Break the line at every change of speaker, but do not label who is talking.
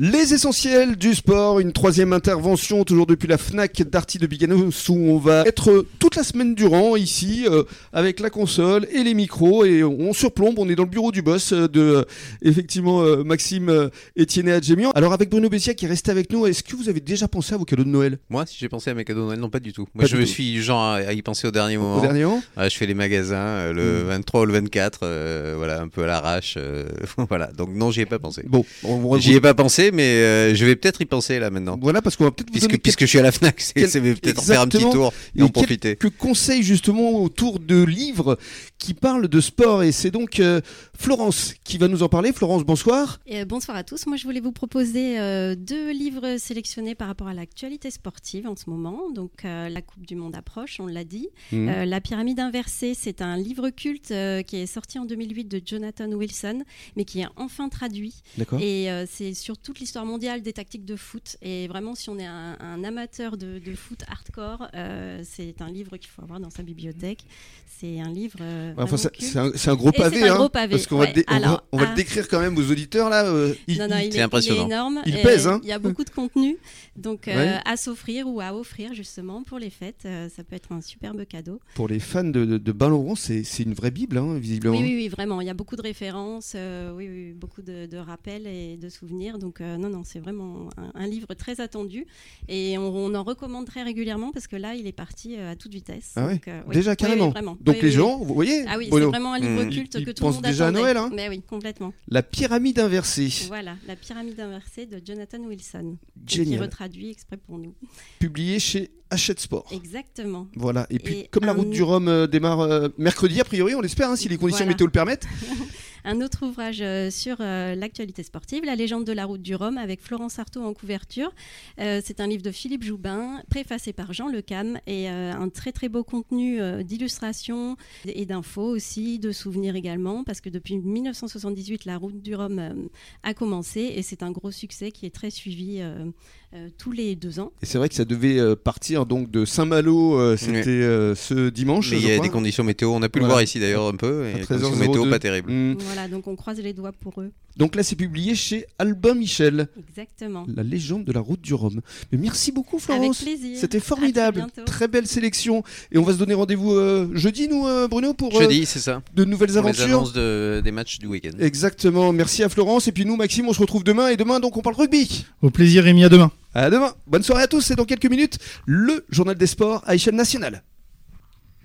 Les essentiels du sport, une troisième intervention toujours depuis la FNAC d'Arty de Biganos où on va être toute la semaine durant ici euh, avec la console et les micros et on surplombe, on est dans le bureau du boss euh, de euh, effectivement euh, Maxime euh, Etienne et Adjemian. Alors avec Bruno Bessia qui est resté avec nous, est-ce que vous avez déjà pensé à vos cadeaux de Noël
Moi, si j'ai pensé à mes cadeaux de Noël, non, pas du tout. Moi,
Pas
je
du tout.
suis du genre à à y penser au dernier moment.
au dernier Hmm. an
Ah, je fais les magasins euh, le 23 ou le 24, euh, voilà, un peu à l'arrache. euh, voilà, donc non, j'y ai pas pensé.
Bon, on va-
J'y ai pas pensé, mais euh, je vais peut-être y penser là maintenant.
voilà parce qu'on va peut-être vous
Puisque,
donner
puisque je suis à la Fnac, c'est
quel-
c'est peut-être en faire un petit
exactement.
tour et en profiter.
quelques conseils justement autour de livres qui parlent de sport et c'est donc euh, Florence qui va nous en parler. Florence, bonsoir.
Et, euh, bonsoir à tous. Moi, je voulais vous proposer euh, deux livres sélectionnés par rapport à l'actualité sportive en ce moment. Donc, euh, la Coupe du Monde approche, on l'a dit.
Mmh.
Euh, la Pyramide inversée, c'est un livre culte euh, qui est sorti en 2008 de Jonathan Wilson, mais qui est enfin traduit.
D'accord.
Et euh, c'est sur toute l'histoire mondiale des tactiques de foot. Et vraiment, si on est un, un amateur de, de foot hardcore, euh, c'est un livre qu'il faut avoir dans sa bibliothèque. C'est un livre. euh,
Ouais, Enfin,
vraiment
ça-
culte.
c'est un, c'est un gros
Et c'est
pavé,
un
hein,
gros pavé,
parce qu'on va,
ouais.
le dé- on va-
Alors,
on va le
à-
décrire quand même aux auditeurs là. euh, il-
Non, non,
il-
il,
c'est
est,
impressionnant.
il est énorme.
Il
et
pèse, hein.
Il y a beaucoup de contenu. Donc, euh,
Ouais.
à s'offrir ou à offrir, justement, pour les fêtes. euh, ça peut être un superbe cadeau.
Pour les fans de, de, de ballon rond, c'est c'est une vraie bible, hein, visiblement.
Oui, oui, oui, vraiment. Il y a beaucoup de références, euh, oui, oui, beaucoup de, de rappels et de souvenirs. Donc, euh, non, non, c'est vraiment un, un livre très attendu. Et on, on en recommande très régulièrement parce que là, il est parti euh, à toute vitesse.
Ah ouais.
Donc, euh, oui.
Déjà,
Oui, oui,
carrément.
vraiment.
Donc
Oui,
les
oui,
gens, vous voyez,
oui. Ah oui,
Bruno,
c'est vraiment un livre
Mm.
culte
Ils
que tout le
pensent
monde
déjà à
attendait.
Noël, hein.
Mais oui, complètement.
la pyramide inversée.
Voilà, La pyramide inversée de Jonathan Wilson. Qui
Génial.
retraduit exprès pour nous.
Publié chez Hachette Sport.
Exactement.
Voilà. Et puis,
Et
comme la
un-
route du Rhum euh, démarre euh, mercredi, a priori, on l'espère, hein, si les conditions
Voilà.
météo le permettent.
Un autre ouvrage euh, sur euh, l'actualité sportive, La légende de la route du Rhum, avec Florence Artaud en couverture. Euh, c'est un livre de Philippe Joubin, préfacé par Jean Le Cam, et euh, un très très beau contenu euh, d'illustrations et d'infos aussi, de souvenirs également, parce que depuis 1978, la route du Rhum euh, a commencé, et c'est un gros succès qui est très suivi euh, euh, tous les deux ans.
Et c'est vrai que ça devait euh, partir donc de Saint-Malo, euh, c'était
Ouais.
euh, ce dimanche.
Mais il
je
y a
crois.
des conditions météo, on a pu
Voilà.
le voir ici d'ailleurs un peu, et
À
les conditions météo
13h02.
pas terribles.
Mm.
Voilà, donc on croise les doigts pour eux.
Donc là, c'est publié chez Albin Michel,
Exactement.
La légende de la route du Rhum. Mais merci beaucoup,
Avec
Florence.
plaisir.
C'était formidable,
À très bientôt.
très belle sélection. Et on va se donner rendez-vous euh, jeudi, nous, euh, Bruno, pour euh,
Jeudi, c'est ça.
de nouvelles
Pour les
aventures.
annonces de- des matchs du week-end.
Exactement. Merci à Florence. Et puis nous, Maxime, on se retrouve demain. Et demain, donc, on parle rugby.
Au plaisir, Rémi, à demain.
À demain. Bonne soirée à tous. C'est dans quelques minutes le journal des sports à échelle nationale.